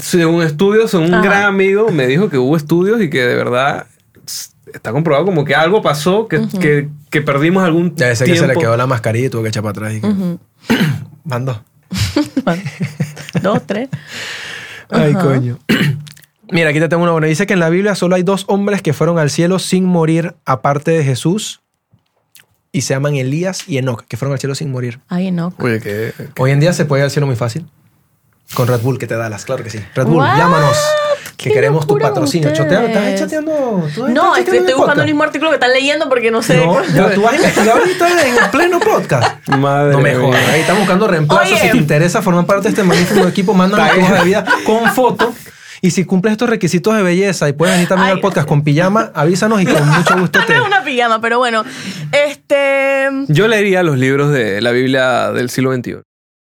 Speaker 3: según estudios, según un
Speaker 2: Ajá.
Speaker 3: gran amigo me dijo que hubo estudios y que de verdad s- está comprobado como que algo pasó, que, que- que perdimos algún
Speaker 1: <laughs> ya sé que
Speaker 3: tiempo.
Speaker 1: se le quedó la mascarilla y tuvo que echar para atrás. Y que- Mandó.
Speaker 2: Dos, tres.
Speaker 1: Ay, coño. <clears throat> Mira, aquí te tengo una buena. Dice que en la Biblia solo hay dos hombres que fueron al cielo sin morir, aparte de Jesús, y se llaman Elías y Enoch, que fueron al cielo sin morir.
Speaker 2: Ay, no.
Speaker 3: Oye, que...
Speaker 1: Hoy en día se puede ir al cielo muy fácil. Con Red Bull que te da las, claro que sí. Red Bull,
Speaker 2: ¡Wow!
Speaker 1: llámanos. Que
Speaker 2: ¡Qué
Speaker 1: queremos tu
Speaker 2: locura con
Speaker 1: patrocinio.
Speaker 2: ustedes!
Speaker 1: Chotea- ¿Estás chateando? ¿Tú estás
Speaker 2: No, este,
Speaker 1: chateando
Speaker 2: estoy,
Speaker 1: en
Speaker 2: estoy buscando el
Speaker 1: podcast?
Speaker 2: mismo artículo que están leyendo porque <laughs> no sé.
Speaker 1: No, ya tú vas a <laughs> investigar ahorita en pleno podcast.
Speaker 3: Madre
Speaker 1: No me
Speaker 3: mía.
Speaker 1: jodas. Ahí estamos buscando reemplazos.
Speaker 2: Oye.
Speaker 1: Si te interesa formar parte de este magnífico equipo, mándanos tu hoja de vida con foto. Y si cumples estos requisitos de belleza y puedes venir también
Speaker 2: Ay,
Speaker 1: al podcast con pijama, avísanos y
Speaker 2: <laughs>
Speaker 1: con mucho gusto
Speaker 2: No
Speaker 1: te.
Speaker 2: es una pijama, pero bueno. Este.
Speaker 3: Yo leería los libros de la Biblia del siglo XXI.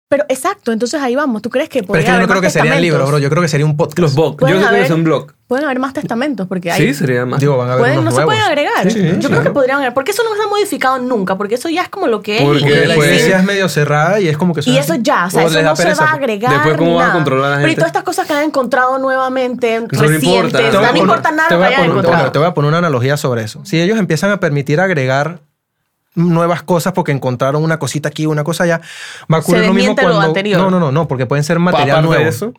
Speaker 2: Pero exacto, entonces ahí vamos. ¿Tú crees que
Speaker 1: Pero
Speaker 2: podría
Speaker 1: es que yo no
Speaker 2: haber
Speaker 1: creo que
Speaker 2: más
Speaker 1: serían libros, bro.
Speaker 2: testamentos?
Speaker 1: Yo creo que sería un podcast.
Speaker 3: Los blogs. Yo
Speaker 2: Pueden
Speaker 3: creo que
Speaker 2: haber-
Speaker 3: es un blog.
Speaker 2: Pueden haber más testamentos porque hay.
Speaker 3: Sí, sería más.
Speaker 1: Digo, van a haber
Speaker 2: Pueden, no
Speaker 1: unos
Speaker 2: se
Speaker 1: nuevos.
Speaker 2: pueden agregar.
Speaker 1: Sí,
Speaker 2: Yo creo
Speaker 1: claro.
Speaker 2: que podrían agregar. Porque eso no está modificado nunca, porque eso ya es como lo que es.
Speaker 3: Porque
Speaker 2: y-
Speaker 1: Porque la
Speaker 3: después-
Speaker 1: iglesia es medio cerrada y es como que
Speaker 2: Y eso ya, o sea,
Speaker 1: o
Speaker 2: eso
Speaker 1: les da
Speaker 2: no se
Speaker 1: pereza,
Speaker 2: va a
Speaker 1: pues.
Speaker 2: agregar.
Speaker 3: Después, ¿cómo
Speaker 2: ni
Speaker 3: vas a
Speaker 2: nada.
Speaker 3: controlar a la
Speaker 2: Pero y
Speaker 3: gente?
Speaker 2: todas estas cosas que han encontrado nuevamente,
Speaker 3: importa,
Speaker 2: recientes,
Speaker 3: no
Speaker 1: Te voy
Speaker 2: no,
Speaker 1: a
Speaker 3: van a
Speaker 1: poner-
Speaker 2: importa nada
Speaker 1: te
Speaker 2: lo
Speaker 1: voy
Speaker 2: que
Speaker 1: a
Speaker 2: hayan
Speaker 1: poner-
Speaker 2: encontrado.
Speaker 1: ojo, Te voy a poner una analogía sobre eso. Si ellos empiezan a permitir agregar nuevas cosas porque encontraron una cosita aquí, una cosa allá, va a ocurrir
Speaker 2: Se
Speaker 1: lo mismo
Speaker 2: desmiente lo
Speaker 1: cuando...
Speaker 2: anterior.
Speaker 1: No, no, no, no, porque pueden ser material
Speaker 3: Aparte de
Speaker 1: nuevo.
Speaker 3: eso,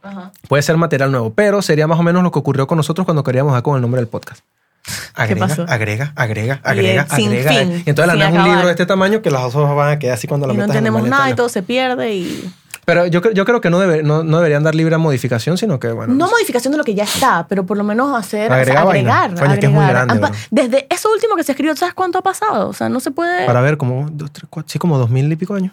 Speaker 1: Puede ser material nuevo, pero sería más o menos lo que ocurrió con nosotros cuando queríamos dar con el nombre del podcast. Agrega,
Speaker 2: pasó? eh,
Speaker 1: agrega, agrega, agrega,
Speaker 2: sin
Speaker 1: agrega.
Speaker 2: fin,
Speaker 1: y entonces
Speaker 2: sin
Speaker 1: la es un
Speaker 2: acabar.
Speaker 1: libro de este tamaño que las dos hojas van a quedar así cuando la
Speaker 2: Y no
Speaker 1: metas en la
Speaker 2: entendemos
Speaker 1: maleta,
Speaker 2: nada y
Speaker 1: ¿no?
Speaker 2: todo se pierde y...
Speaker 1: Pero yo, cre- yo creo que no, debe- no, no deberían dar libre a modificación, sino que bueno.
Speaker 2: No modificación de lo que ya está, pero por lo menos hacer... o sea,
Speaker 1: pues. Agregar vaina.
Speaker 2: agregar,
Speaker 1: Coño, que es muy
Speaker 2: agregar.
Speaker 1: grande,
Speaker 2: Apa-
Speaker 1: bro.
Speaker 2: Desde eso último que se escribió, ¿sabes cuánto ha pasado? O sea, no se puede...
Speaker 1: Para ver, como dos, tres, cuatro, sí, como dos mil y pico años.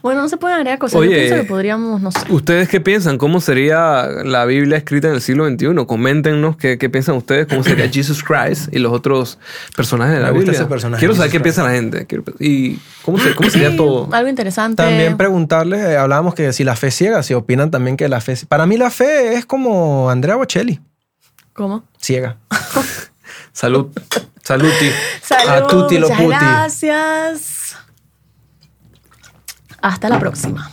Speaker 2: Bueno, no se pueden agregar cosas. Yo
Speaker 3: Oye.
Speaker 2: pienso que podríamos, no sé.
Speaker 3: ¿ustedes qué piensan? ¿Cómo sería la Biblia escrita en el siglo XXI? Coméntenos qué, qué piensan ustedes,
Speaker 1: <coughs>
Speaker 3: cómo sería Jesus Christ y los otros personajes de la
Speaker 1: Me gusta
Speaker 3: Biblia.
Speaker 1: ese personaje,
Speaker 3: Quiero saber
Speaker 1: Jesus
Speaker 3: qué piensa la gente. Quiero- ¿Y cómo, se- cómo sería
Speaker 2: Sí,
Speaker 3: todo?
Speaker 2: Algo interesante.
Speaker 1: También preguntarles, eh, hablábamos que si la fe ciega, si opinan también que la fe. Para mí, la fe es como Andrea Bocelli,
Speaker 2: ¿Cómo?
Speaker 1: ciega.
Speaker 3: Salud. Salud, ti.
Speaker 2: Salud,
Speaker 1: A tutti lo
Speaker 2: muchas
Speaker 1: puti.
Speaker 2: gracias. Hasta la próxima.